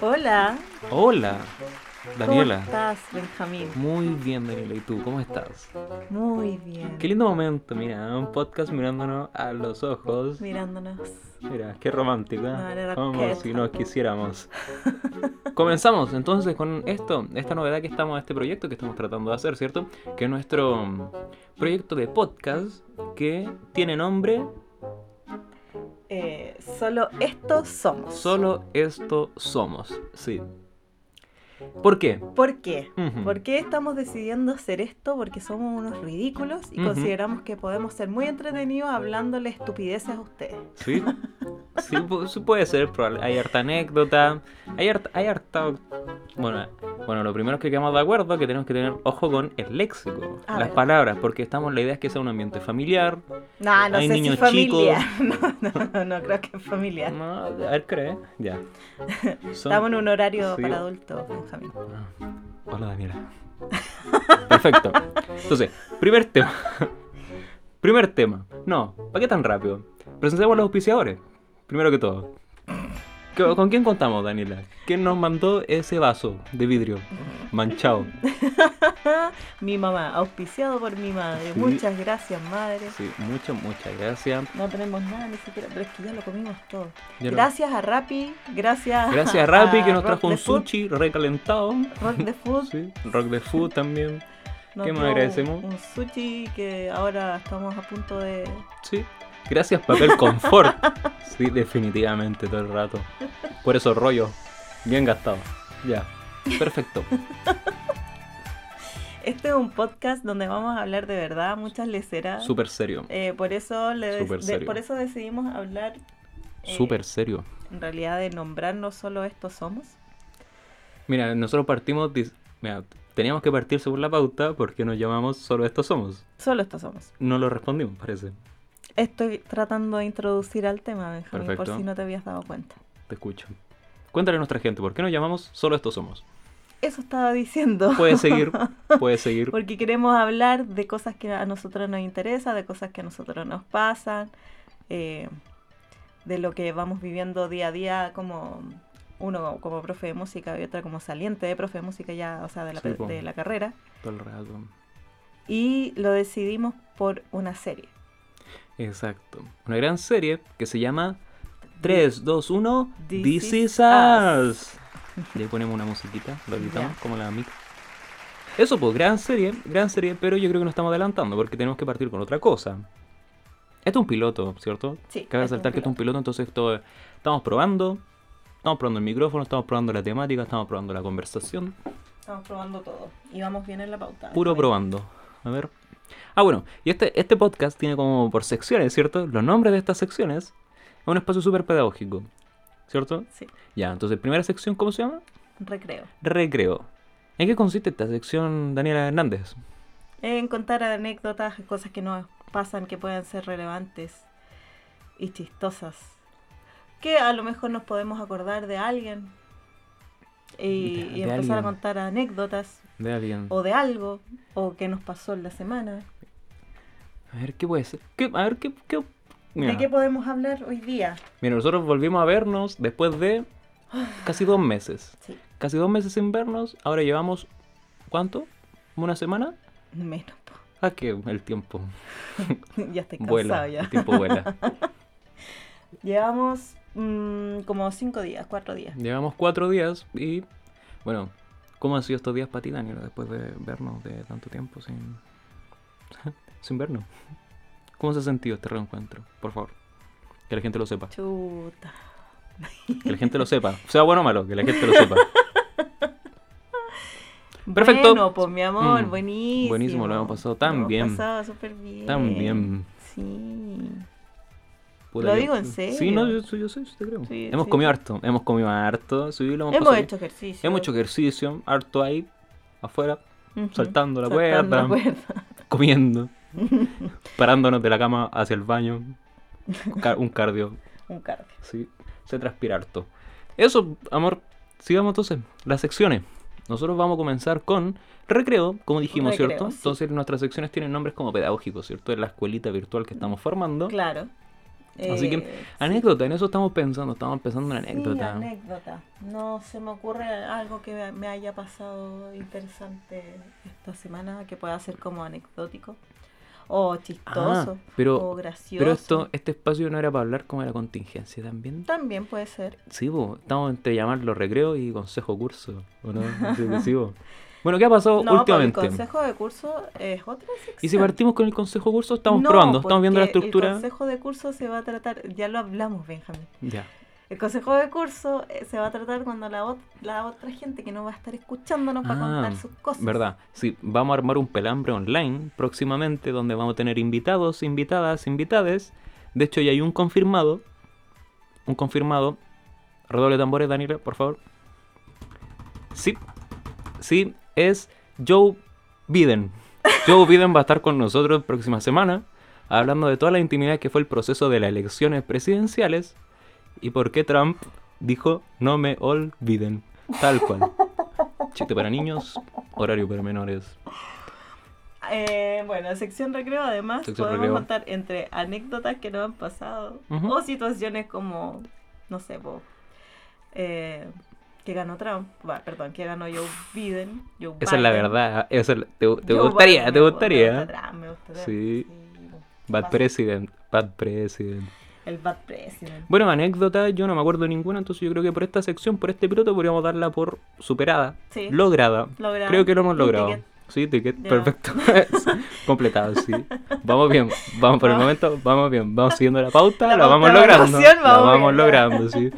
Hola, Hola, ¿cómo Daniela. estás, Benjamín? Muy bien, Daniela. ¿Y tú cómo estás? Muy bien. Qué lindo momento, mira, un podcast mirándonos a los ojos. Mirándonos. Mira, qué romántica. No, era Vamos, coqueta. si nos quisiéramos. Comenzamos entonces con esto, esta novedad que estamos, este proyecto que estamos tratando de hacer, ¿cierto? Que es nuestro mm, proyecto de podcast que tiene nombre Eh, solo estos somos. Solo esto somos. Sí. ¿Por qué? ¿Por qué? Ujú. ¿Por qué estamos decidiendo hacer esto? Porque somos unos ridículos y Ujú. consideramos que podemos ser muy entretenidos hablándole estupideces a ustedes. Sí. Sí, pu- sí puede ser, probable. hay harta anécdota, hay harta, hay harta- Bueno, bueno, lo primero es que quedamos de acuerdo es que tenemos que tener ojo con el léxico, A las ver. palabras, porque estamos, la idea es que sea un ambiente familiar. No, no Hay sé niños si familiar. No, no, no, no creo que es familiar. No, a ver, cree, ya. Son- Estamos en un horario Sí. para adultos, Benjamín. Ah, Hola, Daniela. Perfecto. Entonces, primer tema. Primer tema. No, ¿para qué tan rápido? Presentemos los auspiciadores. Primero que todo. ¿Qué- ¿Con quién contamos, Daniela? ¿Quién nos mandó ese vaso de vidrio manchado? Mi mamá, auspiciado por mi madre. Sí. Muchas gracias, madre. Sí, muchas, muchas gracias. No tenemos nada ni siquiera, pero es que ya lo comimos todo. Ya no- Gracias a Rappi, gracias Gracias a Rappi que nos Rock trajo un the Food, sushi recalentado. Rock the Food. Sí, Rock the Food también. nos ¿qué más dio agradecemos? Un sushi que ahora estamos a punto de. Sí. Gracias, papel confort. Sí, definitivamente, todo el rato. Por esos rollos. Bien gastado. Ya. Perfecto. Este es un podcast donde vamos a hablar de verdad, muchas leceras. Súper serio. Eh, por eso le de- Súper de- serio. por eso decidimos hablar eh, Súper serio. en realidad de nombrarnos solo estos somos. Mira, nosotros partimos. dis- Mira, teníamos que partir según la pauta porque nos llamamos Solo Estos Somos. Solo estos somos. No lo respondimos, parece. Estoy tratando de introducir al tema, Benjamín, por Perfecto. si no te habías dado cuenta. Te escucho. Cuéntale a nuestra gente, ¿por qué nos llamamos Solo Estos Somos? Eso estaba diciendo. Puedes seguir, puedes seguir. Porque queremos hablar de cosas que a nosotros nos interesan, de cosas que a nosotros nos pasan, eh, de lo que vamos viviendo día a día como uno como profe de música y otra como saliente de profe de música ya, o sea, de la, Sí, pe- po. de la carrera. Todo el rato. Y lo decidimos por una serie. Exacto. Una gran serie que se llama 3, 2, 1, This This, is Is Us. Y ahí ponemos una musiquita, lo editamos Ya. como la mic. Eso pues, gran serie, gran serie, pero yo creo que nos estamos adelantando porque tenemos que partir con otra cosa. Esto es un piloto, ¿cierto? Sí, Cabe es un resaltar que esto es un piloto, entonces esto, eh, estamos probando, estamos probando el micrófono, estamos probando la temática, estamos probando la conversación. Estamos probando todo y vamos bien en la pauta. Puro Benjamín. probando. A ver. Ah, bueno, y este, este podcast tiene como por secciones, ¿cierto? Los nombres de estas secciones es un espacio súper pedagógico, ¿cierto? Sí, Ya, entonces, primera sección, ¿cómo se llama? recreo. Recreo. ¿En qué consiste esta sección, Daniela Hernández? En contar anécdotas, cosas que nos pasan, que pueden ser relevantes y chistosas. Que a lo mejor nos podemos acordar de alguien y, De- y de empezar a alguien. contar anécdotas De alguien. o de algo o que nos pasó en la semana. A ver, ¿qué puede ser? ¿Qué- a ver, ¿qué...? qué- Mira, ¿De qué podemos hablar hoy día? mira, nosotros volvimos a vernos después de casi dos meses. Sí, Casi dos meses sin vernos, ahora llevamos... ¿Cuánto? ¿Una semana? menos. po. Ah, que el tiempo ya estoy cansado vuela. El ya. tiempo vuela. Llevamos mm, como cinco días, cuatro días. Llevamos cuatro días y, bueno, ¿cómo han sido estos días para ti, Daniel, después de vernos de tanto tiempo sin, sin vernos? ¿Cómo se ha sentido este reencuentro? Por favor, que la gente lo sepa. Chuta. Que la gente lo sepa. Sea bueno o malo, que la gente lo sepa. Perfecto. Bueno, pues mi amor, Mm, buenísimo. buenísimo, lo hemos pasado tan Lo hemos bien. pasado súper bien. Tan bien. Sí. Puta, Lo yo- digo en Sí, serio. no, yo, yo, yo sé, yo te creo. Sí, hemos sí. comido harto, hemos comido harto. Sí, lo hemos, Hemos pasado bien. hecho ejercicio. hemos hecho ejercicio, harto ahí, afuera, Ujú. saltando la Saltando la cuerda. cuerda. comiendo, parándonos de la cama hacia el baño, ca- un cardio, Un cardio. sí, se transpira harto. Eso, amor, sigamos entonces las secciones. Nosotros vamos a comenzar con recreo, como dijimos, Recreo, ¿cierto? sí. Entonces nuestras secciones tienen nombres como pedagógicos, ¿cierto? Es la escuelita virtual que estamos formando. Claro. Así que, Eh, Anécdota, en eso estamos pensando, estamos pensando en sí, anécdota. anécdota. No se me ocurre algo que me haya pasado interesante esta semana que pueda ser como anecdótico o chistoso Ah, pero- o gracioso. Pero esto, este espacio no era para hablar como de la contingencia también. también puede ser. Sí, bo, estamos entre llamarlo recreo y consejo curso, ¿o no? Sí, sí, bo. bueno, ¿qué ha No, pasado pero el Oh, últimamente? consejo de curso es otra sección. Y si partimos con el consejo curso, estamos No, probando, estamos viendo la porque El estructura. consejo de curso se va a tratar, ya lo hablamos, Benjamín. Ya. El consejo de curso eh, se va a tratar cuando la, ot- la otra gente que no va a estar escuchándonos va a Ah, contar sus cosas. ¿Verdad? Sí, vamos a armar un pelambre online próximamente donde vamos a tener invitados, invitadas, invitades. De hecho, ya hay un confirmado. Un confirmado. Redoble de tambores, Daniela, por favor. Sí, sí, es Joe Biden. Joe Biden va a estar con nosotros próxima semana hablando de toda la intimidad que fue el proceso de las elecciones presidenciales y por qué Trump dijo no me olviden. Tal cual. Chiste para niños, horario para menores. Eh, bueno, sección recreo, además, Sección podemos recreo. contar entre anécdotas que nos han pasado Ujú. o situaciones como, no sé, po, eh, que ganó Trump, va, perdón, que ganó Joe Biden. Joe Esa es la Biden. verdad. esa es la- te, te Joe gustaría, Biden, te me- gustaría. Me gusta Trump, me gusta Trump, Sí. po. Bad Pasa- President, Bad President. El bad president. Bueno, anécdota, yo no me acuerdo ninguna, entonces yo creo que por esta sección, por este piloto, podríamos darla por superada, Sí. lograda. Logrado. Creo que lo hemos Un logrado. ticket. Sí, ticket, Ya. perfecto. Completado, sí. Vamos bien, vamos por el Vamos. momento, vamos bien, vamos siguiendo la pauta, La la, pauta vamos de logrando. evaluación, la vamos vamos bien, ya. logrando, sí.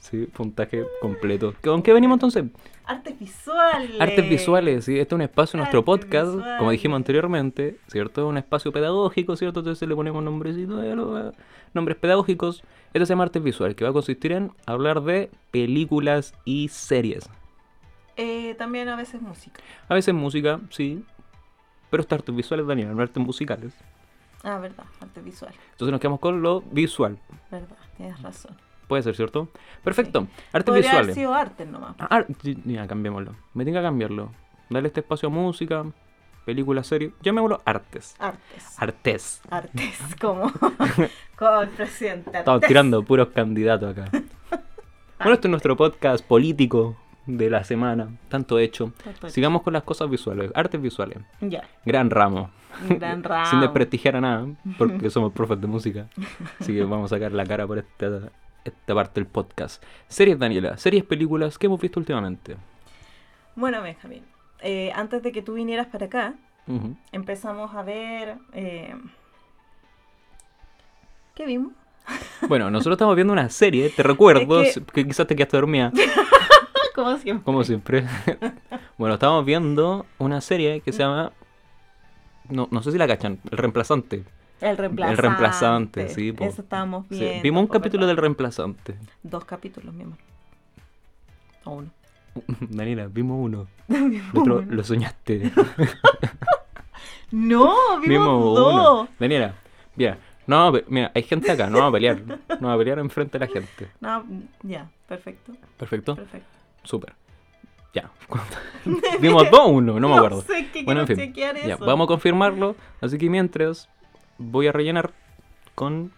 Sí, puntaje completo. ¿Con qué venimos entonces? Artes visuales. Artes visuales, sí. Este es un espacio, nuestro Eh, Artes podcast, como visuales. dijimos anteriormente, ¿cierto? Es un espacio pedagógico, ¿cierto? Entonces le ponemos nombrecitos, a los- eh, nombres pedagógicos. Esto se llama Artes Visuales, que va a consistir en hablar de películas y series. Eh, también a veces música. A veces música, sí. Pero estas artes visuales, Daniel, no artes musicales. Ah, verdad, artes visuales. Entonces nos quedamos con lo visual. Verdad, tienes razón. Puede ser, ¿cierto? Perfecto. Artes Podría haber visuales. sido arte nomás. Ah, ah, sí, ya, cambiémoslo. Me tenga que cambiarlo. Dale este espacio a música, películas, series. Llamémoslo artes. Artes. Artes. Artes, como como el presidente. Estamos Artes. tirando puros candidatos acá. Bueno, este es nuestro podcast político de la semana. Tanto hecho. Perfecto. Sigamos con las cosas visuales, artes visuales. Ya, Gran ramo. un gran ramo. Sin desprestigiar a nada, porque somos profes de música. Así que vamos a sacar la cara por esta, esta parte del podcast. Series, Daniela. Series, películas que hemos visto últimamente. Bueno, Benjamín, eh, antes de que tú vinieras para acá, Ujú. empezamos a ver... eh, ¿Qué vimos? Bueno, nosotros estamos viendo una serie, te recuerdo, Es que- que quizás te quedaste dormida. Como siempre. Ah, Como siempre. bueno, estamos viendo una serie que se llama. No, no sé si la cachan. El reemplazante. El reemplazante. El reemplazante, sí, po. Eso estábamos Sí, viendo. Vimos un po, capítulo ¿verdad? del reemplazante. Dos capítulos, mi amor. O uno. Daniela, vimos uno. El otro lo soñaste. No, vimos vimos dos. uno. Daniela, mira. No, pe- mira, hay gente acá, no vamos a pelear. No vamos a pelear enfrente de la gente. No, ya, perfecto, Perfecto, perfecto. súper. Ya. Vimos dos, uno, no me acuerdo. sé qué Bueno, en quiero fin. chequear Ya, eso. vamos a confirmarlo. Así que mientras voy a rellenar con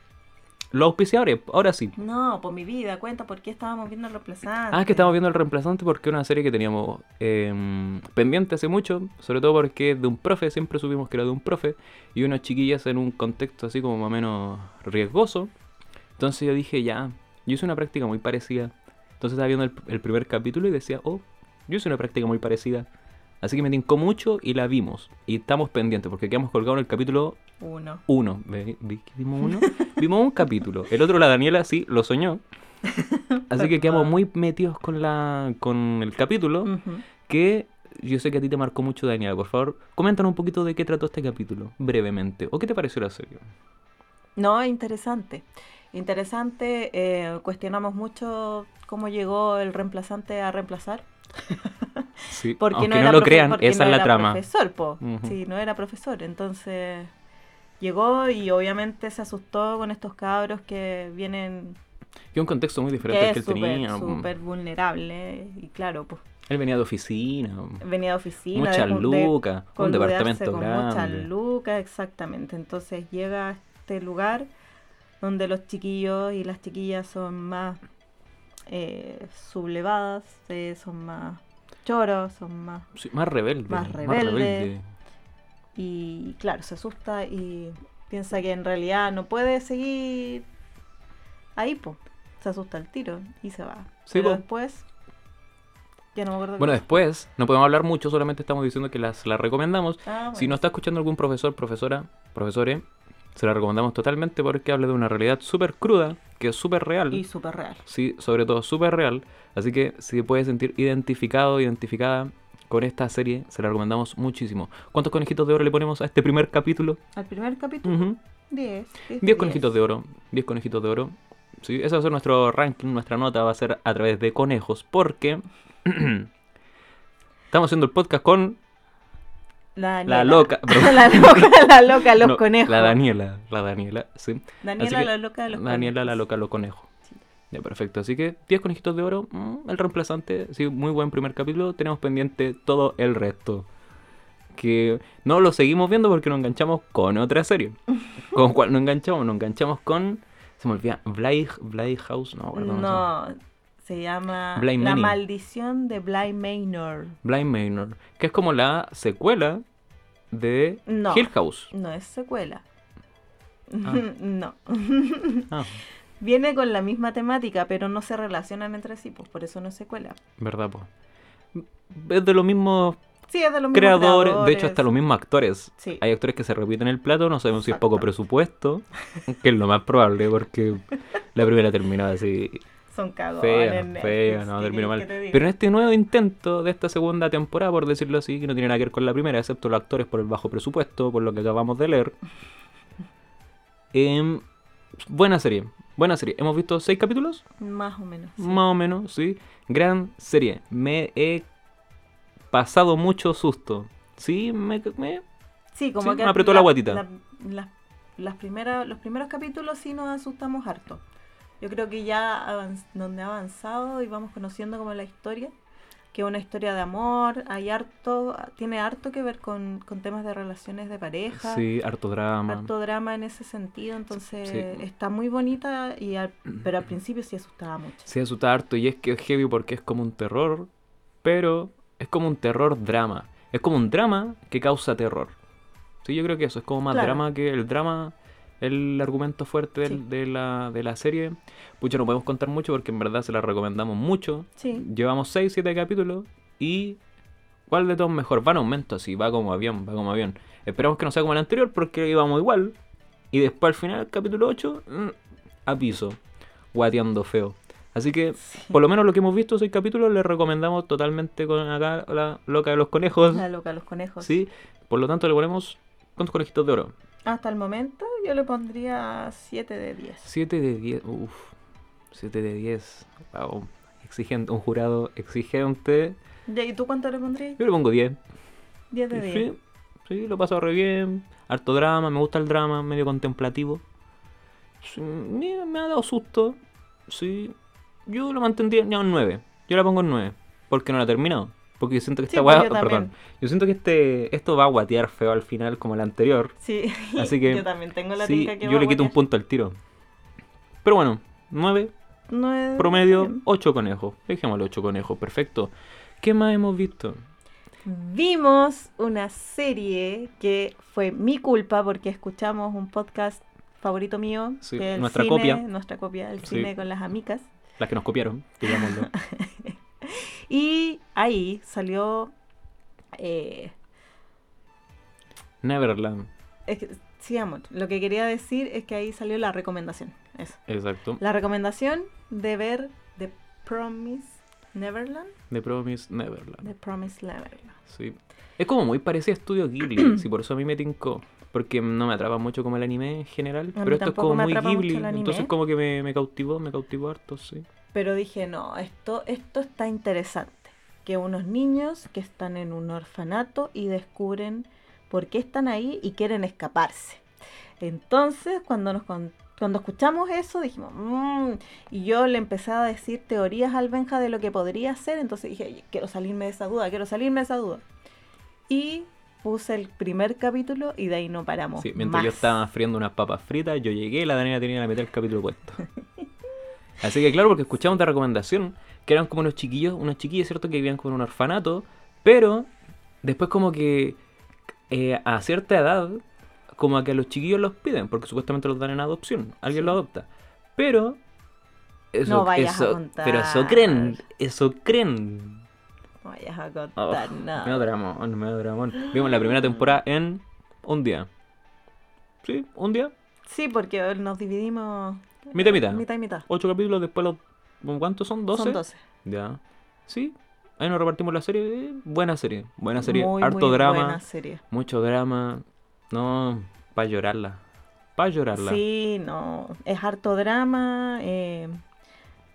los auspiciadores. Ahora sí. No, por mi vida, cuenta por qué estábamos viendo el reemplazante. Ah, es que estamos viendo el reemplazante porque es una serie que teníamos eh, pendiente hace mucho, sobre todo porque es de un profe, siempre supimos que era de un profe, y unas chiquillas en un contexto así como más o menos riesgoso. Entonces yo dije, ya, yo hice una práctica muy parecida. Entonces estaba viendo el, el primer capítulo y decía, oh, yo hice una práctica muy parecida. Así que me tincó mucho y la vimos. Y estamos pendientes porque quedamos colgados en el capítulo Uno. uno. Ve- vi que ¿Vimos uno? Vimos un capítulo. El otro, la Daniela, sí, lo soñó. Así que quedamos muy metidos con, la, con el capítulo Ujú. que yo sé que a ti te marcó mucho, Daniela. Por favor, coméntanos un poquito de qué trató este capítulo, brevemente. ¿O qué te pareció la serie? No, interesante. Interesante, eh, cuestionamos mucho cómo llegó el reemplazante a reemplazar. Sí, Porque aunque no, era lo profe- crean, porque no esa es la era trama. profesor, po. Ujú. Sí, no era profesor. Entonces llegó y obviamente se asustó con estos cabros que vienen Que es un contexto muy diferente que al que es él tenía. mm. súper súper vulnerable y claro, pues Él venía de oficina, venía de oficina, de muchas con- de lucas, un coludearse departamento con grande. muchas lucas, exactamente. Entonces llega a este lugar donde los chiquillos y las chiquillas son más eh, sublevadas, eh, son más choros, son más... Sí, más rebelde. Más rebelde. Y claro, se asusta y piensa que en realidad no puede seguir ahí, po. Se asusta el tiro y se va. Sí, Pero po. después... Ya no me acuerdo. Bueno, qué después, no podemos hablar mucho, solamente estamos diciendo que las, las recomendamos. pasó. Ah, bueno. Si nos está escuchando algún profesor, profesora, profesores, se la recomendamos totalmente porque habla de una realidad súper cruda, que es súper real. Y súper real. Sí, sobre todo súper real. Así que si te puedes sentir identificado, identificada con esta serie, se la recomendamos muchísimo. ¿Cuántos conejitos de oro le ponemos a este primer capítulo? Al primer capítulo, Ujú. 10. 10 10 conejitos de oro. 10 conejitos de oro. Sí, ese va a ser nuestro ranking, nuestra nota va a ser a través de conejos, porque estamos haciendo el podcast con La, la Daniela. loca. la loca, la loca, los no, conejos. La Daniela, la Daniela, sí. Daniela, Así que, la loca de los Daniela, la conejos. loca, los conejos. Sí. Ya, perfecto. Así que 10 conejitos de oro, mm, el reemplazante, sí, muy buen primer capítulo. Tenemos pendiente todo el resto. Que no lo seguimos viendo porque nos enganchamos con otra serie. ¿Con cuál nos enganchamos? Nos enganchamos con. Se me olvida, Bly, Bly House, no, perdón. No, se llama Bly La Manor. maldición de Bly Manor. Blind Manor, que es como la secuela de No. Hill House. No es secuela. Ah. no. Ah, Viene con la misma temática, pero no se relacionan entre sí, pues por eso no es secuela. verdad, po. Es de los mismos Sí, es de los mismos creadores, de hecho hasta los mismos actores. Sí. Hay actores que se repiten el plato, no sabemos si es poco Exacto. presupuesto, que es lo más probable porque la primera terminó así Son cagones. fea, Netflix, fea, no, ¿qué terminó mal. querés que te diga? Pero en este nuevo intento de esta segunda temporada, por decirlo así, que no tiene nada que ver con la primera, excepto los actores por el bajo presupuesto, por lo que acabamos de leer. em, buena serie, buena serie. Hemos visto seis capítulos, Más o menos. sí. más o menos, sí. Gran serie. Me he pasado mucho susto. Sí, me, me- Sí, como Sí, que me apretó la guatita. la- las primeras, los primeros capítulos sí nos asustamos harto. Yo creo que ya avanz- donde ha avanzado y vamos conociendo como la historia, que es una historia de amor, hay harto, tiene harto que ver con, con temas de relaciones de pareja, Sí, harto drama. harto drama en ese sentido, entonces Sí. está muy bonita, y al- pero al principio sí asustaba mucho. Sí, asustaba harto. Y es que es heavy porque es como un terror, pero es como un terror drama. Es como un drama que causa terror. Sí, yo creo que eso es como más Claro. drama que el drama, el argumento fuerte del- de, la, de la serie. Pucha, no podemos contar mucho porque en verdad se la recomendamos mucho. Sí, Llevamos 6, 7 capítulos y... ¿Cuál de todos mejor? Va en aumento así, va como avión, va como avión. Esperamos que no sea como el anterior porque íbamos igual. Y después al final, capítulo 8, a piso, guateando feo. Así que, sí. por lo menos lo que hemos visto, seis capítulos, les recomendamos totalmente con acá la loca de los conejos. la loca, los conejos. ¿sí? Por lo tanto, le ponemos... ¿Cuántos conejitos de oro? Hasta el momento yo le pondría 7 de 10. 7 de 10. Uf. 7 de 10. Wow. Exigente, un jurado exigente. ¿Y tú cuánto le pondrías? Yo le pongo 10. 10 de 10. Sí, sí, lo he pasado re bien. Harto drama, me gusta el drama, medio contemplativo. Sí, me, me ha dado susto. Sí, yo lo mantendría en un 9. Yo la pongo en 9. Porque no la he terminado. Porque yo siento que Sí, esta pues guay- yo perdón. también. Yo siento que este esto va a guatear feo al final como el anterior. Sí, Así que, yo también tengo la Sí, tinca que yo le quito un punto al tiro. Pero bueno, 9, punto promedio, 8 conejos. Dejémosle 8 conejos, perfecto. ¿Qué más hemos visto? Vimos una serie que fue mi culpa porque escuchamos un podcast favorito mío, Sí, que es el nuestra cine- copia. nuestra copia, el Sí. cine con las amigas. Las que nos copiaron, digámoslo. Y ahí salió eh, Neverland. es que- sigamos, lo que quería decir es que ahí salió la recomendación. eso. Exacto. La recomendación de ver The Promise Neverland. The Promise Neverland. The Promise Neverland. Sí. Es como muy parecida a Studio Ghibli, si por eso a mí me tincó. Porque no me atrapa mucho como el anime en general. A mí pero esto es tampoco como me muy atrapa mucho Ghibli. el anime. Entonces como que me, me cautivó, me cautivó harto, sí. Pero dije, no, esto, esto está interesante. Que unos niños que están en un orfanato y descubren por qué están ahí y quieren escaparse. Entonces, cuando nos con- cuando escuchamos eso, dijimos, "Mm", y yo le empecé a decir teorías al Benja de lo que podría ser, entonces dije, "Oye, quiero salirme de esa duda, quiero salirme de esa duda. Y puse el primer capítulo y de ahí no paramos. Sí, mientras más. yo estaba friendo unas papas fritas, yo llegué y la Daniela tenía la mitad del capítulo puesto. Así que claro, porque escuchamos la recomendación, que eran como unos chiquillos, unos chiquillos, ¿cierto? Que vivían como en un orfanato, pero después como que eh, a cierta edad, como a que a los chiquillos los piden, porque supuestamente los dan en adopción, alguien lo adopta. Pero... Eso, No vayas a eso- contar. Pero eso creen, eso creen. No vayas a Oh, contar nada. Medio dramón, medio dramón. Vimos la primera temporada en un día. Sí, un día. Sí, porque nos dividimos. Mitad y mitad. Mitad y mitad. Ocho capítulos, después los... ¿Cuántos son? ¿12? Son 12. Ya. Sí. Ahí nos repartimos la serie. eh, Buena serie. Buena serie. Muy, Harto muy drama. buena serie. Mucho drama. No, para llorarla. Para llorarla. Sí, no. Es harto drama eh,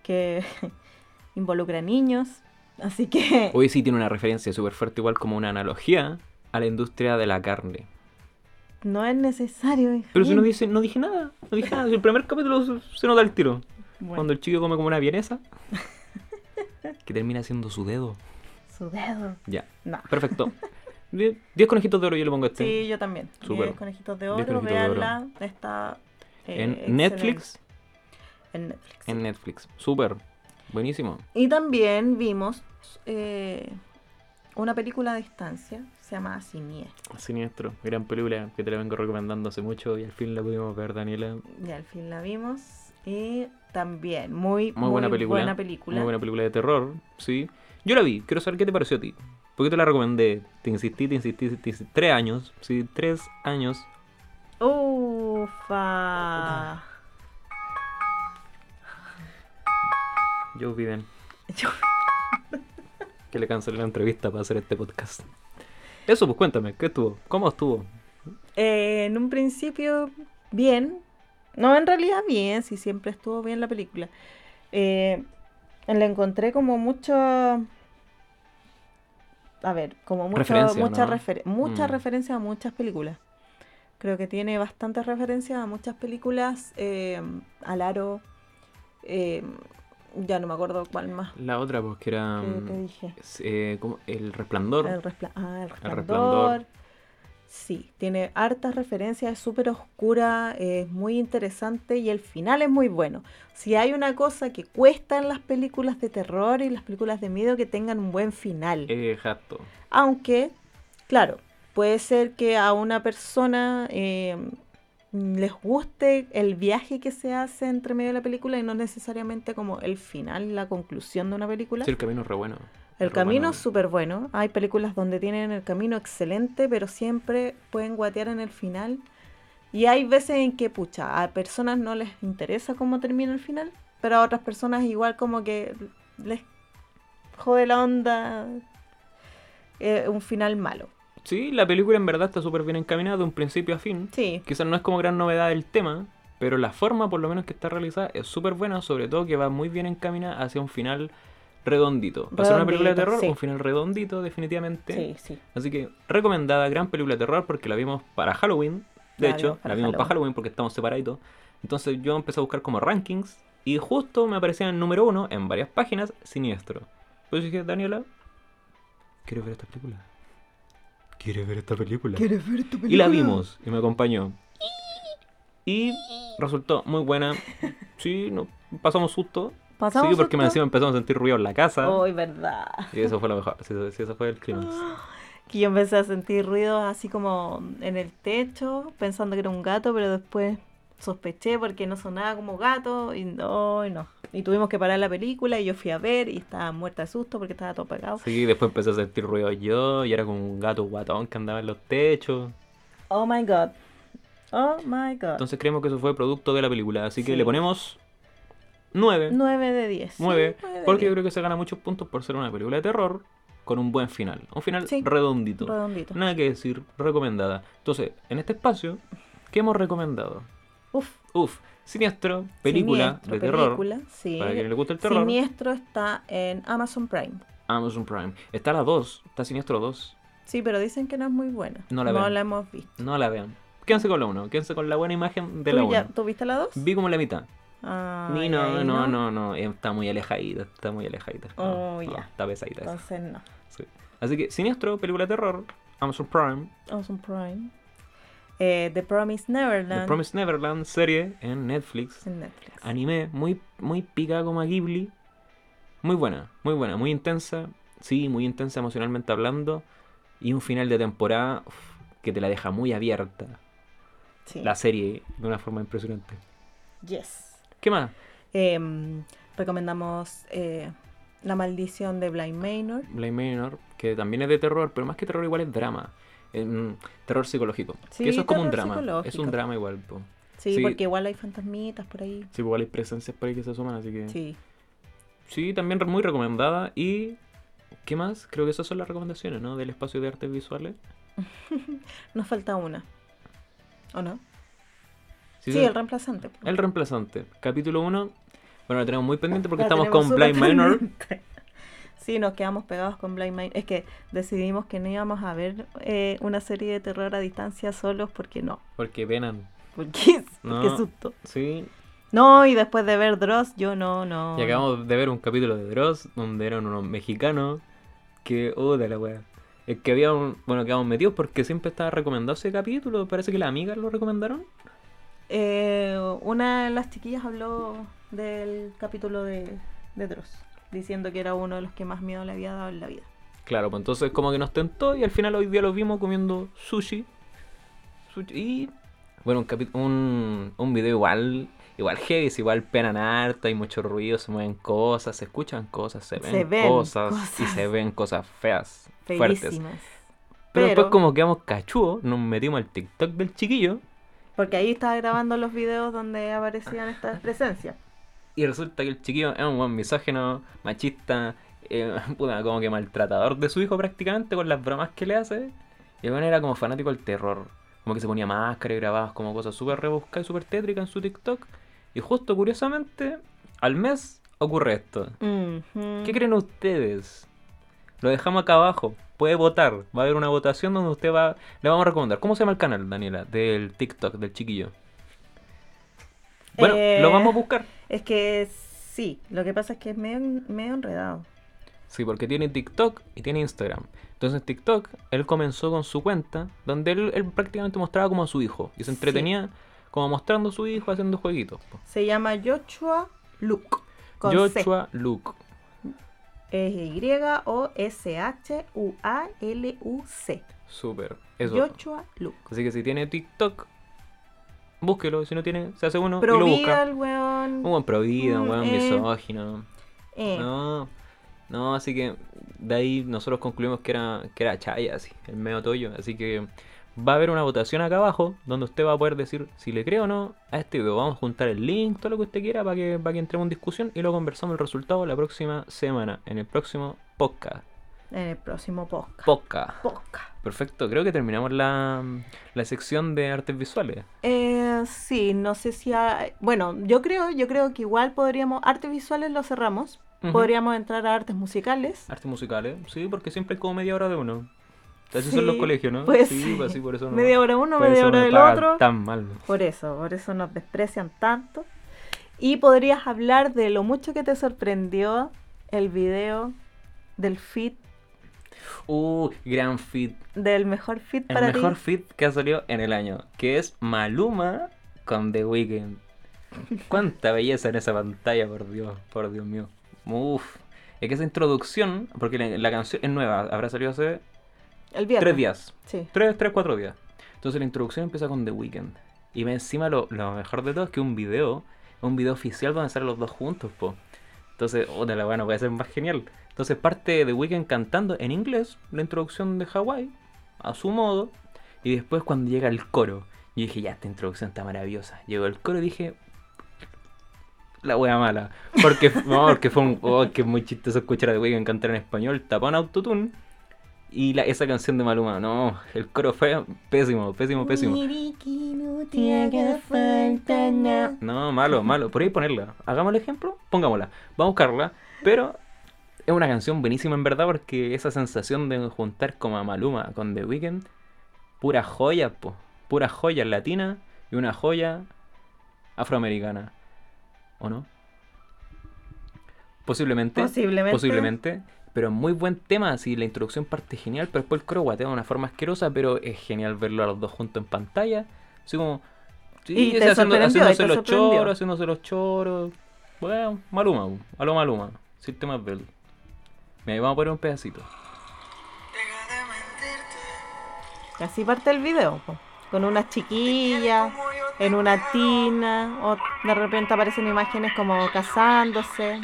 que involucra niños. Así que. Hoy sí tiene una referencia súper fuerte, igual como una analogía a la industria de la carne. No es necesario. hija Pero si no mía. dice, no dije nada, no dije nada. El primer capítulo se- se nota el tiro. Bueno, Cuando el chico come como una vienesa, que termina siendo su dedo. Su dedo. Ya, No. perfecto. Die- Diez conejitos de oro yo le pongo a este. Sí, yo también. Súper. 10 conejitos de Diez oro, conejitos de oro. véanla. Está. eh, en excelente. Netflix, En Netflix. en Netflix. Súper, buenísimo. Y también vimos eh, una película a distancia, se llama Siniestro. Siniestro, gran película que te la vengo recomendando hace mucho y al fin la pudimos ver, Daniela. Y al fin la vimos. Y también, muy, Muy buena película. buena película. Muy buena película de terror, sí. Yo la vi, quiero saber qué te pareció a ti. Porque te la recomendé, te insistí, te insistí, te insistí. Tres años, sí, tres años. Ufa. Yo viven. Yo- que le cancelé la entrevista para hacer este podcast. Eso, pues cuéntame, ¿qué estuvo? ¿Cómo estuvo? Eh, en un principio, bien. No, en realidad bien, sí, siempre estuvo bien la película. Eh, la encontré como mucho... A ver, como mucho, Referencia, mucha ¿no? refer- muchas Mm. referencias a muchas películas. Creo que tiene bastantes referencias a muchas películas. eh, al aro. eh, ya no me acuerdo cuál más La otra, pues que que era. eh, te dije. El resplandor. El, respla- ah, el resplandor. Resplandor. Sí, tiene hartas referencias, es súper oscura, es muy interesante y el final es muy bueno. Si hay una cosa que cuesta en las películas de terror y las películas de miedo que tengan un buen final. Eh. Exacto. Aunque, claro, puede ser que a una persona eh, les guste el viaje que se hace entre medio de la película y no necesariamente como el final, la conclusión de una película. Sí, el camino es re bueno. El Re camino bueno. es súper bueno. Hay películas donde tienen el camino excelente, pero siempre pueden guatear en el final. Y hay veces en que, pucha, a personas no les interesa cómo termina el final, pero a otras personas igual como que les jode la onda eh, un final malo. Sí, la película en verdad está súper bien encaminada de un principio a fin. Sí, Quizás no es como gran novedad el tema, pero la forma por lo menos que está realizada es súper buena, sobre todo que va muy bien encaminada hacia un final redondito. Para ser una película de Redondito, terror, sí. un final redondito definitivamente. sí, sí. Así que recomendada, gran película de terror porque la vimos para Halloween. De La hecho, vimos para la vimos para Halloween. Halloween porque estamos separaditos. Entonces yo empecé a buscar como rankings y justo me aparecía en número uno en varias páginas Siniestro. Pues dije, Daniela, quiero ver esta película. Quiero ver esta película. ver tu Y la vimos y me acompañó. Y resultó muy buena. Sí, no, pasamos susto. Pasamos sí, porque me susto. Oh. encima empezamos a sentir ruido en la casa. Ay, verdad. Y eso fue lo mejor. Sí, sí, eso fue el clímax. Que yo empecé a sentir ruidos así como en el techo, pensando que era un gato, pero después sospeché porque no sonaba como gato y no, y no. Y tuvimos que parar la película y yo fui a ver y estaba muerta de susto porque estaba todo apagado. Sí, después empecé a sentir ruido yo y era como un gato guatón que andaba en los techos. Oh my god. Oh my god. Entonces creemos que eso fue producto de la película, así que Sí. le ponemos 9. 9 de 10. 9, porque yo creo creo que se gana muchos puntos por ser una película de terror con un buen final. Un final Sí. redondito. Redondito. Nada que decir, recomendada. Entonces, en este espacio, ¿qué hemos recomendado? Uf. Uf, Siniestro, película Siniestro, de terror. película, sí. Para quien le guste el terror, Siniestro está en Amazon Prime. Amazon Prime. Está la 2, está Siniestro 2. Sí, pero dicen que no es muy buena. No la vean. hemos visto. No la vean. Quédense con la 1, quédense con la buena imagen de la ¿Tú, 1. ya- ¿tú viste la 2? Vi como la mitad. Ni, no, Ay, no, no, no, eh, Está muy alejadita, está muy alejadita. No, Oh, no, ya. Está pesadita. esa, Entonces no. sí. Así que Siniestro, película de terror, Amazon Prime, Amazon Prime. Eh, The Promised Neverland. The Promised Ah, Neverland, serie en Netflix, En Netflix. anime, muy, muy pica como a Ghibli. Muy buena, muy buena, muy intensa. Sí, muy intensa emocionalmente hablando. Y un final de temporada uf, que te la deja muy abierta. Sí. La serie de una forma impresionante. Yes. ¿Qué más? Em, recomendamos eh, La Maldición de Blind Manor. Blade Manor, que también es de terror, pero más que terror igual es drama. Em, terror psicológico. Sí, que eso es como un terror drama. Es psicológico. un drama igual. po. Sí, Sí. porque igual hay fantasmitas por ahí. Sí, igual hay presencias por ahí que se asoman, así que... Sí. Sí, también re- muy recomendada. ¿Y qué más? Creo que esas son las recomendaciones, ¿no? Del espacio de artes visuales. Nos falta una. ¿O no? Sí, Sí, sí. el reemplazante. po. El reemplazante. Capítulo 1. Bueno, lo tenemos muy pendiente porque La estamos tenemos con súper Blind Manor. pendiente. Sí, nos quedamos pegados con Blind Manor. Es que decidimos que no íbamos a ver eh, una serie de terror a distancia solos porque no. Porque venan. Porque, No. porque susto. Sí. No, y después de ver Dross, yo no, no. Y acabamos de ver un capítulo de Dross donde eran unos mexicanos que... ¡Oh, de la wea! Es que había un... Bueno, quedamos metidos porque siempre estaba recomendado ese capítulo. Parece que las amigas lo recomendaron. Eh, una de las chiquillas habló del capítulo de, de Dross, diciendo que era uno de los que más miedo le había dado en la vida. Claro, pues entonces como que nos tentó y al final hoy día los vimos comiendo sushi. Sushi y... Bueno, un, capi- un, un video igual, igual heavy, es igual penan harta, hay mucho ruido, se mueven cosas, se escuchan cosas, se ven, Se ven cosas, y cosas. se ven cosas feas, fuertes. Pero, Feísimas. después Pero- como quedamos cachudos, nos metimos al TikTok del chiquillo Porque ahí estaba grabando los videos donde aparecían estas presencias. y resulta que el chiquillo es un buen misógino, machista, eh, puta, como que maltratador de su hijo prácticamente con las bromas que le hace. Y el weón era como fanático del terror. Como que se ponía máscara y grababa como cosas súper rebuscadas y súper tétricas en su TikTok. Y justo curiosamente, al mes ocurre esto. Ujú. ¿Qué creen ustedes? Lo dejamos acá abajo. Puede votar. Va a haber una votación donde usted va. Le vamos a recomendar. ¿Cómo se llama el canal, Daniela? Del TikTok, del chiquillo. Bueno, Eh, lo vamos a buscar. Es que sí, lo que pasa es que es medio, medio enredado. Sí, porque tiene TikTok y tiene Instagram. Entonces TikTok, él comenzó con su cuenta, donde él, él prácticamente mostraba como a su hijo. Y Sí. se entretenía como mostrando a su hijo haciendo jueguitos. po. Se llama Joshua Luke. Con Joshua Luke. C. Es Y-O-S-H-U-A-L-U-C. Súper. Eso. Joshua Luke. Así que si tiene TikTok, búsquelo. Si no tiene, se hace uno y lo Provida busca. el weón. Un buen provida, un Mm, buen eh. misógino. Eh, No, no, así que de ahí nosotros concluimos que era, que era Chaya, así, el medio toyo. Así que va a haber una votación acá abajo donde usted va a poder decir si le creo o no a este video. Vamos a juntar el link, todo lo que usted quiera para que, para que entremos en discusión y lo conversamos el resultado la próxima semana, en el próximo podcast. En el próximo podcast. Podcast. Podcast. Perfecto, creo que terminamos la, la sección de artes visuales. Eh, sí, no sé si hay- bueno, yo creo, yo creo que igual podríamos artes visuales lo cerramos. Ujú. Ah, Podríamos entrar a artes musicales. Artes musicales, sí, porque siempre hay como media hora de uno. Así Sí, son los colegios, ¿no? pues sí, sí. pues así por eso no. media hora uno, por media eso hora me del pagan otro. Tan mal. ¿no? Por eso, por eso nos desprecian tanto. Y podrías hablar de lo mucho que te sorprendió el video del fit, Uh, gran fit. del mejor fit El para mejor ti. fit que ha salido en el año, que es Maluma con The Weeknd. Cuánta belleza en esa pantalla, por Dios, por Dios mío. Uf. Es que esa introducción, porque la, la canción es nueva, habrá salido hace El viernes. tres días. Sí. Tres, tres, cuatro días. Entonces la introducción empieza con The Weeknd. Y me encima lo, lo mejor de todo es que un video, un video oficial donde salen los dos juntos, po. Entonces, oh, de la buena, puede ser más genial. Entonces parte The Weeknd cantando en inglés la introducción de Hawái, a su modo. Y después cuando llega el coro, yo dije, ya, esta introducción está maravillosa. Llegó el coro y dije, la wea mala. Porque, no, porque fue un, oh, que es muy chistoso escuchar a The Weeknd cantar en español, tapón autotune. Y la, esa canción de Maluma, no, el coro fue pésimo, pésimo, pésimo. Miriki, no te haga falta nada. No, malo, malo. Por ahí ponerla. Hagamos el ejemplo, pongámosla. Vamos a buscarla. Pero es una canción buenísima en verdad porque esa sensación de juntar como a Maluma con The Weeknd, pura joya, po. Pura joya latina y una joya afroamericana. ¿O no? Posiblemente. Posiblemente. Posiblemente. Pero es muy buen tema, así la introducción parte genial, pero después el coro guatea de una forma asquerosa, pero es genial verlo a los dos juntos en pantalla. Así como. Sí, Y te así, haciendo- sorprendió, y haciéndose te los sorprendió. choros, haciéndose los choros. Bueno, Maluma, bu, a lo Maluma. Sí, el tema es bello. Mira, vamos a poner un pedacito. Deja de mentirte. Así parte el video, po, con unas chiquillas, Ah, en una tina, o de repente aparecen imágenes como casándose.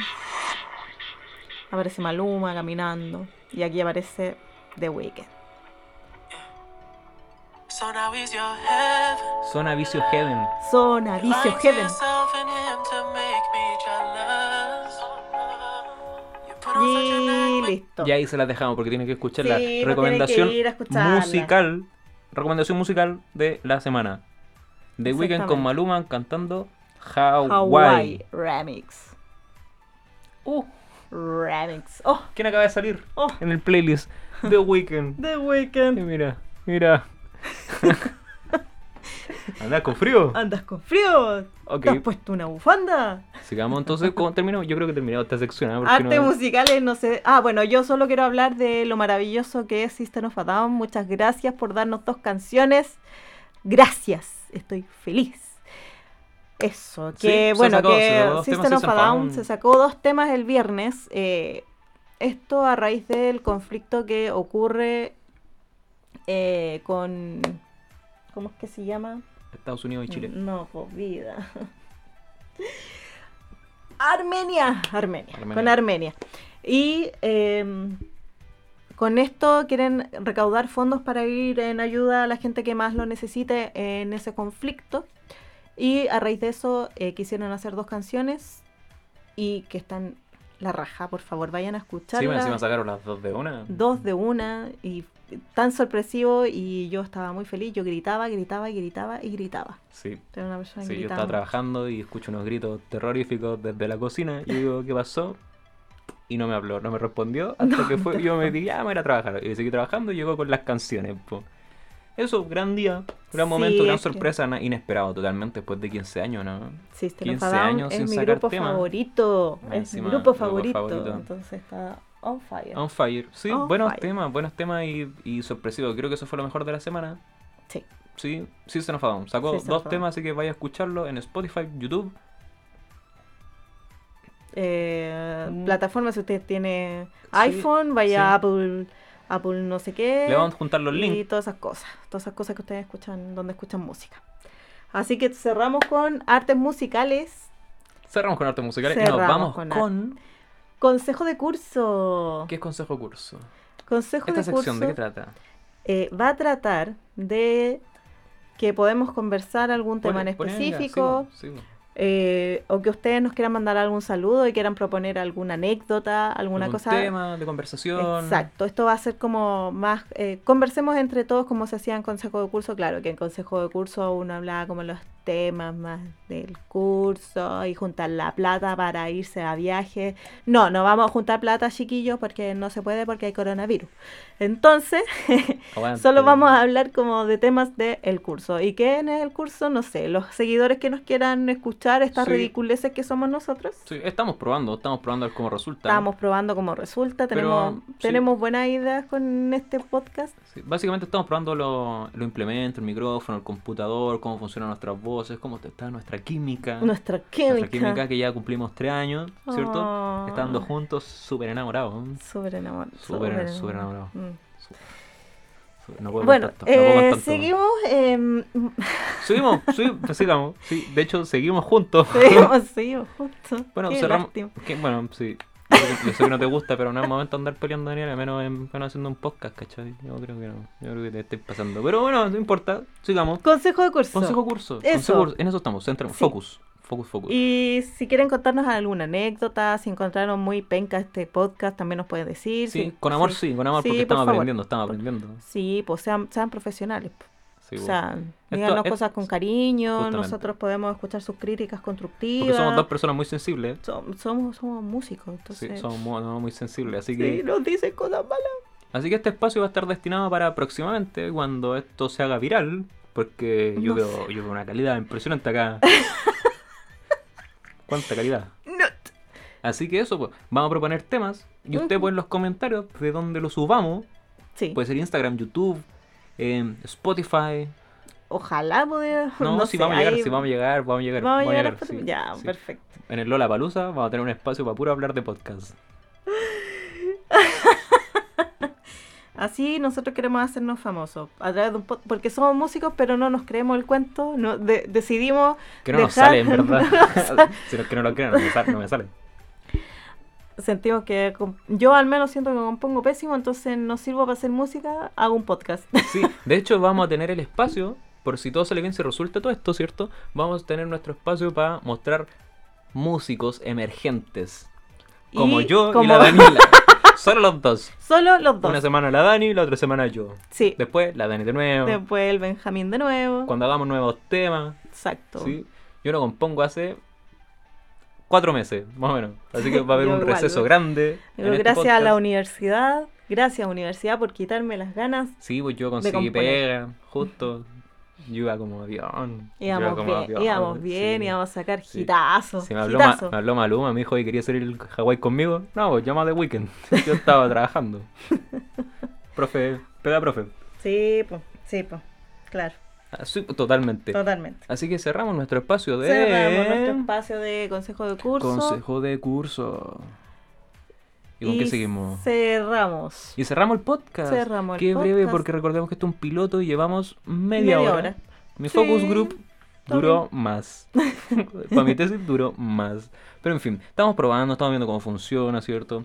Aparece Maluma caminando. Y aquí aparece The Weeknd. So now he's your heaven. Zona Vicio Heaven. Zona, Vicio, Find Heaven. yourself in him to make me jealous. You put on such an Y act, listo. Y ahí se las dejamos porque tienen que escuchar Sí, la pues tienen que recomendación ir a escucharla. musical. Recomendación musical de la semana. The Weeknd Exactamente. con Maluma cantando Hawaii. Hawaii Remix. Uh, Remix. Oh, ¿Quién acaba de salir? Oh. En el playlist. The Weeknd. The Y Weeknd. mira, mira. Anda con frío. ¿Andas con frío? Ok. ¿Te has puesto una bufanda? Sigamos entonces con terminamos. Yo creo que terminamos esta sección. ¿ah? Porque Artes no- musicales, no sé. Ah, bueno, yo solo quiero hablar de lo maravilloso que es System of a Down. Muchas gracias por darnos dos canciones. Gracias, estoy feliz. Eso, Sí, que se bueno, sacó- se que sacó dos temas, System of a System of a Down Down. se sacó dos temas el viernes. eh, esto a raíz del conflicto que ocurre eh, con. ¿Cómo es que se llama? Estados Unidos y Chile. Mm, No, por vida. Armenia, Armenia, Armenia. con Armenia. Y eh, con esto quieren recaudar fondos para ir en ayuda a la gente que más lo necesite en ese conflicto. Y a raíz de eso eh, quisieron hacer dos canciones y que están la raja, por favor, vayan a Sí, bueno, escucharlas encima sacaron las dos de una. dos de una y tan sorpresivo y yo estaba muy feliz, yo gritaba, gritaba, y gritaba y gritaba. Sí. Era una persona que Sí, yo gritaba estaba trabajando y escucho unos gritos terroríficos desde la cocina. Y digo, ¿qué pasó? Y no me habló, no me respondió. Hasta que fue, yo me dije, ah, me voy a ir a trabajar. Y seguí trabajando y llegó con las canciones. po. Eso, gran día, gran Sí, momento, gran es que- sorpresa, na- inesperado totalmente después de 15 años, ¿no? System of a 15 Down años es sin mi sacar grupo tema. favorito, Más es mi encima, grupo grupo favorito, favorito. entonces está on fire. On fire. Sí, On buenos fire. temas, buenos temas y, y sorpresivos. Creo que eso fue lo mejor de la semana. Sí. Sí, sí, se nos fue. Sacó System of dos a Down. temas, así que vaya a escucharlo en Spotify, YouTube. Eh, Mm. plataforma si usted tiene iPhone, vaya sí. a Apple, Apple no sé qué. Le vamos a juntar los Eh, Y links. todas esas cosas, todas esas cosas que ustedes escuchan, donde escuchan música. Así que cerramos con artes musicales. Cerramos con arte musical y nos Cerramos vamos con con. arte. Consejo de curso. ¿Qué es consejo curso? Consejo Esta de curso. sección, ¿de qué trata? eh, va a tratar de que podemos conversar algún tema en Pone- pone amiga, específico sí, sí. eh, o que ustedes nos quieran mandar algún saludo y quieran proponer alguna anécdota, alguna Algún cosa. tema de conversación. Exacto, esto va a ser como más, eh, conversemos entre todos como se hacía en consejo de curso, claro que en consejo de curso uno hablaba como los temas más del curso y juntar la plata para irse a viaje. No, no vamos a juntar plata chiquillos porque no se puede porque hay coronavirus. Entonces, Aguante. Solo vamos a hablar como de temas del el curso. ¿Y qué en el curso? No sé. Los seguidores que nos quieran escuchar estas Sí. ridiculeces que somos nosotros. Sí, estamos probando, estamos probando a ver cómo resulta. Estamos probando como resulta. Tenemos, Pero, sí. tenemos buenas ideas con este podcast. Sí, básicamente estamos probando los lo implementos, el micrófono, el computador, cómo funcionan nuestras voces, cómo está nuestra química. Nuestra química. Ah, Nuestra química que ya cumplimos tres años, ¿cierto? Ah. Estando juntos, súper enamorados. Súper enamorado. Súper- súper enamorado. No puedo Bueno, con tanto, no puedo con eh, tanto. seguimos, em, Subimos, sí, pues, sigamos. Sí, de hecho, seguimos juntos. seguimos, seguimos, justo. Bueno, Qué cerramos. lástima. que- bueno, sí. Yo sé que- yo sé que no te gusta, pero no es momento de andar peleando, Daniela, menos, en- menos haciendo un podcast, ¿cachai? Yo creo que no. Yo creo que te estoy pasando. Pero bueno, no importa. Sigamos. Consejo de curso. Consejo curso. Eso. Consejo curso. En eso estamos. Centramos. Sí. Focus. Focus, focus. Y si quieren contarnos alguna anécdota, si encontraron muy penca este podcast, también nos pueden decir. sí, Si- con amor si- sí, con amor Sí, porque por estamos favor. aprendiendo, estamos aprendiendo. Sí, pues sean, sean profesionales. po. Sí, o po. sea, díganos es- cosas con cariño, justamente. nosotros podemos escuchar sus críticas constructivas. porque somos dos personas muy sensibles. Som- somos, somos músicos, Sí, entonces... somos muy, no, muy sensibles. Así que Sí, nos dicen cosas malas. Así que este espacio va a estar destinado para próximamente, cuando esto se haga viral, porque yo, No veo, yo veo una calidad impresionante acá. ¿Cuánta calidad? No. Así que eso, pues, vamos a proponer temas y usted Ujú. pone en los comentarios de dónde los subamos. Sí. Puede ser Instagram, YouTube, em, Spotify. Ojalá pudiera. No, si sé, vamos a llegar, ahí si vamos a llegar, vamos a llegar. vamos a llegar a sí, Spotify. Ya, sí. perfecto. En el Lola Palusa vamos a tener un espacio para puro hablar de podcast. Así nosotros queremos hacernos famosos. A través de un pod- porque somos músicos, pero no nos creemos el cuento. No, de- decidimos Que no nos Dejar- sale, en verdad. no nos sale. si no, que no lo crean, no me sale. No me sale. sentimos que com- yo al menos siento que compongo pésimo, entonces no sirvo para hacer música, hago un podcast. Sí, de hecho vamos a tener el espacio, por si todo sale bien, si resulta todo esto, ¿cierto? Vamos a tener nuestro espacio para mostrar músicos emergentes. Como Y yo y como- la Daniela. Solo los dos. Solo los dos. Eh, Una semana la Dani, la otra semana yo. Sí. Después la Dani de nuevo. Después el Benjamín de nuevo. Cuando hagamos nuevos temas. Exacto. ¿sí? Yo no compongo hace cuatro meses, más o menos. Así que va a haber Yo un igual, receso yo- grande. en Pero este gracias a la podcast. universidad, gracias universidad por quitarme las ganas. Sí, pues yo conseguí componer. pega, justo. Yo iba como avión. yo Íbamos como bien, avión, íbamos bien, sí. íbamos a sacar sí. gitazos. Sí, me, habló Ma- gitazos. me habló Maluma, me dijo que quería hacer el Hawái conmigo. No, pues llama de weekend. Yo estaba trabajando. profe, pega profe. Sí, pues, sí, pues, claro, Así, totalmente. totalmente. Así que cerramos nuestro espacio de. Cerramos nuestro espacio de consejo de curso. Consejo de curso. ¿Y con qué seguimos? Cerramos. Y cerramos el podcast. Cerramos el Qué breve, podcast. porque recordemos que esto es un piloto y llevamos media, Media hora. hora. Mi Sí, focus group está duró más. Para mi tesis duró más. Pero en fin, estamos probando, estamos viendo cómo funciona, ¿cierto?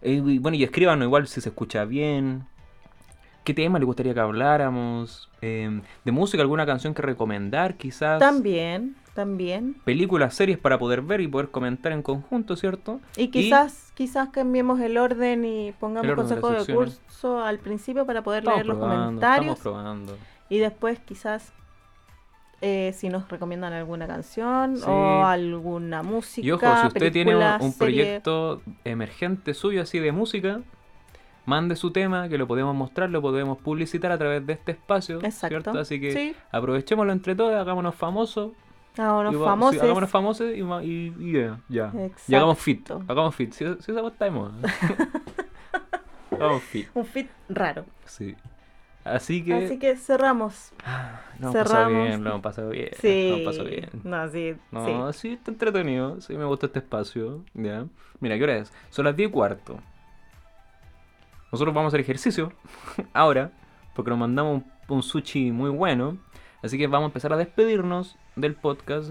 Eh, y bueno, y escríbanos igual si se escucha bien. ¿Qué tema le gustaría que habláramos? Eh, ¿De música alguna canción que recomendar quizás? También, también. Películas, series para poder ver y poder comentar en conjunto, ¿cierto? Y quizás, quizás cambiemos el orden y pongamos El orden de consejo las de secciones. curso al principio para poder Estamos leer los probando, comentarios. Estamos probando. Y después quizás eh, si nos recomiendan alguna canción Sí. o alguna música. Y ojo, si usted tiene un, película, un serie. proyecto emergente suyo así de música, mande su tema, que lo podemos mostrar, lo podemos publicitar a través de este espacio. Exacto. ¿cierto? Así que Sí, aprovechémoslo entre todos, hagámonos famosos. vámonos y va- sí, famosos. hagámonos famosos y, ma- y- y ya, ya. Y Exacto. hagamos fit. Hagamos fit. Si, si esa cosa está de moda. hagamos fit. un fit raro. Sí. Así que. Así que cerramos. lo hemos pasado cerramos. bien, lo hemos pasado bien. Sí. Lo hemos pasado Eh, bien. No, sí. sí. No, sí. está entretenido. Sí, me gusta este espacio. Ya. Mira, ¿qué hora es? Son las 10 y cuarto. Nosotros vamos a hacer ejercicio ahora, porque nos mandamos un, un sushi muy bueno. Así que vamos a empezar a despedirnos del podcast.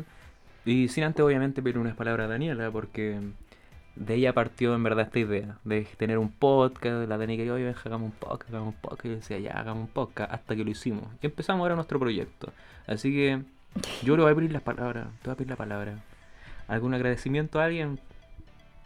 Y sin antes, obviamente, pedir unas palabras a Daniela, porque de ella partió en verdad esta idea de tener un podcast. La Dani quería, oye, Benja, hagamos un podcast, hagamos un podcast. Y yo decía, ya, hagamos un podcast, hasta que lo hicimos. Y empezamos ahora nuestro proyecto. Así que yo le voy a pedir las palabras, te voy a pedir la palabra. ¿Algún agradecimiento a alguien?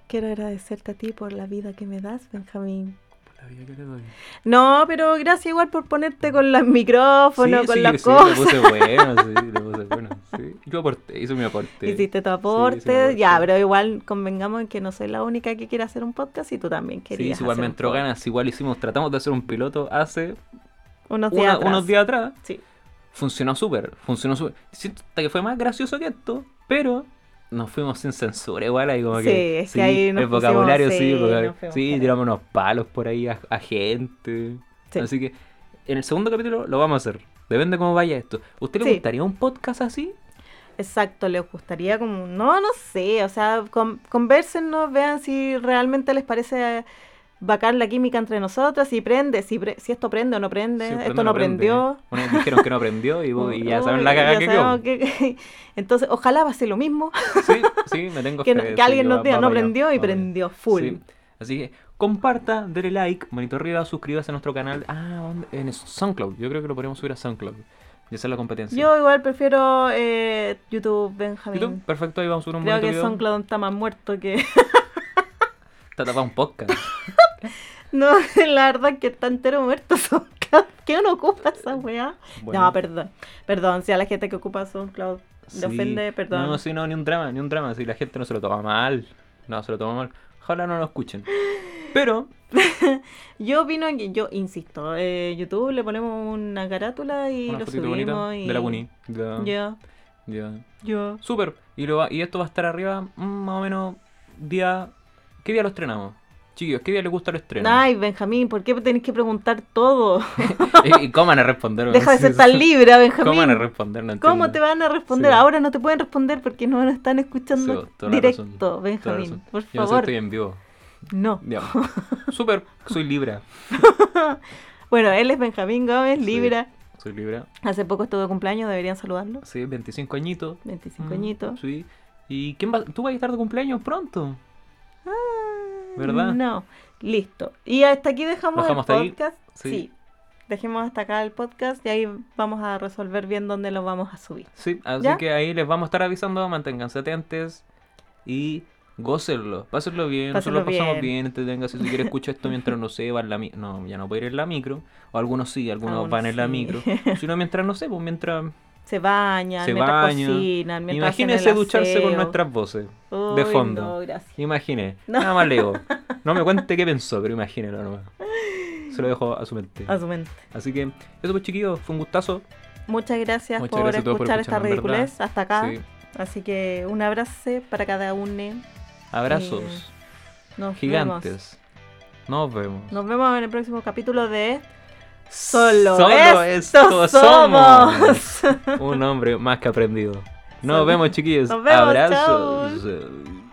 Quiero agradecerte a ti por la vida que me das, Benjamín. Por la vida que le doy. No, pero gracias igual por ponerte con los micrófonos, sí, con sí, las sí, cosas. le puse bueno, sí, le puse bueno. Sí. Yo aporté, hice mi aporte. Hiciste tu Sí, hice mi aporte, aporte. ya, pero igual convengamos en que no soy la única que quiere hacer un podcast y tú también Sí, querías. sí, igual hacer me un entró podcast. ganas, igual hicimos, tratamos de hacer un piloto hace Unos una- días. atrás. unos días atrás. Sí. funcionó súper, funcionó súper. Siento hasta que fue más gracioso que esto, pero nos fuimos sin censura igual ahí como Sí, que... es que ahí nos el vocabulario pusimos, sí, sí, el vocabulario- nos fuimos sí, para tiramos unos palos por ahí a, a gente. Sí. Así que en el segundo capítulo lo vamos a hacer. Depende cómo vaya esto. ¿Usted le Sí. gustaría un podcast así? Exacto, les gustaría como, no, no sé, o sea, con, conversennos, vean si realmente les parece bacán la química entre nosotras, si prende, si, pre- si esto prende o no prende, Sí, esto prende o no prende. prendió. Una vez dijeron que no aprendió y, y ya saben la Uy, cagada ya que sabemos quedó. que- Entonces, ojalá pase lo mismo, Sí, sí, me tengo que, no- fe, que sí, alguien va- nos diga, va no para allá, prendió y va para allá. prendió full. Sí. Así que comparta, dele like, manito arriba, suscríbase a nuestro canal. Ah, ¿dónde? en SoundCloud. Yo creo que lo podríamos subir a SoundCloud. Y hacer la competencia. Yo igual prefiero eh, YouTube, Benjamín. YouTube, perfecto, ahí vamos a subir un Creo bonito que video. SoundCloud está más muerto que... Está tapado un podcast. No, la verdad es que está entero muerto SoundCloud. ¿Qué uno ocupa esa weá? Bueno, No, perdón. Perdón, si a la gente que ocupa SoundCloud le sí. ofende, perdón. No, sí, no, ni un drama, ni un drama. Si la gente no se lo toma mal. No, se lo toma mal. Ojalá no lo escuchen. Pero, Yo opino que, yo insisto, eh, YouTube le ponemos una carátula y una lo fotito subimos. bonita y... de la uni. Ya, Yo, ya. yo. Súper. Y, lo va- y esto va a estar arriba mm, más o menos día. ¿Qué día lo estrenamos? Chiquillos, ¿qué día les gusta el estreno? Ay, Benjamín, ¿por qué tenés que preguntar todo? y, y cómo van a responderme. Deja de Sí, ser eso. tan libre, ¿Cómo van a Benjamín. responder? No ¿Cómo entiendo. te van a responder? Sí. Ahora no te pueden responder porque no nos están escuchando Sí, toda la razón, directo, toda la Benjamín. razón. Por Yo no sé, favor, estoy en vivo. no. Ya. Súper, soy Libra. Bueno, él es Benjamín Gómez, Sí. Libra. Soy Libra. Hace poco estuvo de cumpleaños, deberían saludarlo. Sí, 25 añitos. 25 Mm, añitos. Sí. ¿Y quién va? ¿Tú vas a estar de cumpleaños pronto? Ah, ¿Verdad? No. Listo. Y hasta aquí ¿Lo dejamos, dejamos hasta ahí? el podcast. Sí. Sí. Dejemos hasta acá el podcast y ahí vamos a resolver bien dónde lo vamos a subir. Sí, así ¿Ya? que ahí les vamos a estar avisando, manténganse atentos y gócenlo, pásenlo bien, Pásenlo nosotros lo pasamos bien. bien, entreténganse, si quieren escuchar esto mientras no se va en la micro, no, ya no puede ir en la micro, o algunos sí, algunos Algunos van en la sí. micro, sino mientras no sé, pues mientras, Se bañan, Se mientras bañan. cocinan, mientras hacen imagínense el ducharse con aseo. nuestras voces, Uy, de fondo. No, gracias. imagine, No. nada más leo, no me cuente qué pensó, pero imagínelo nomás, se lo dejo a su mente. A su mente. Así que, eso pues chiquillos, fue un gustazo, Muchas gracias, Muchas por, gracias a todos escuchar por esta escucharnos, en verdad. ridiculez hasta acá. Sí. Así que un abrazo para cada uno. abrazos eh, Nos vemos. gigantes, nos vemos. Nos vemos en el próximo capítulo de Solo, Solo, esto esto somos. somos. Un hombre más que aprendido. Nos Solo- vemos, chiquillos. Nos vemos, Abrazos.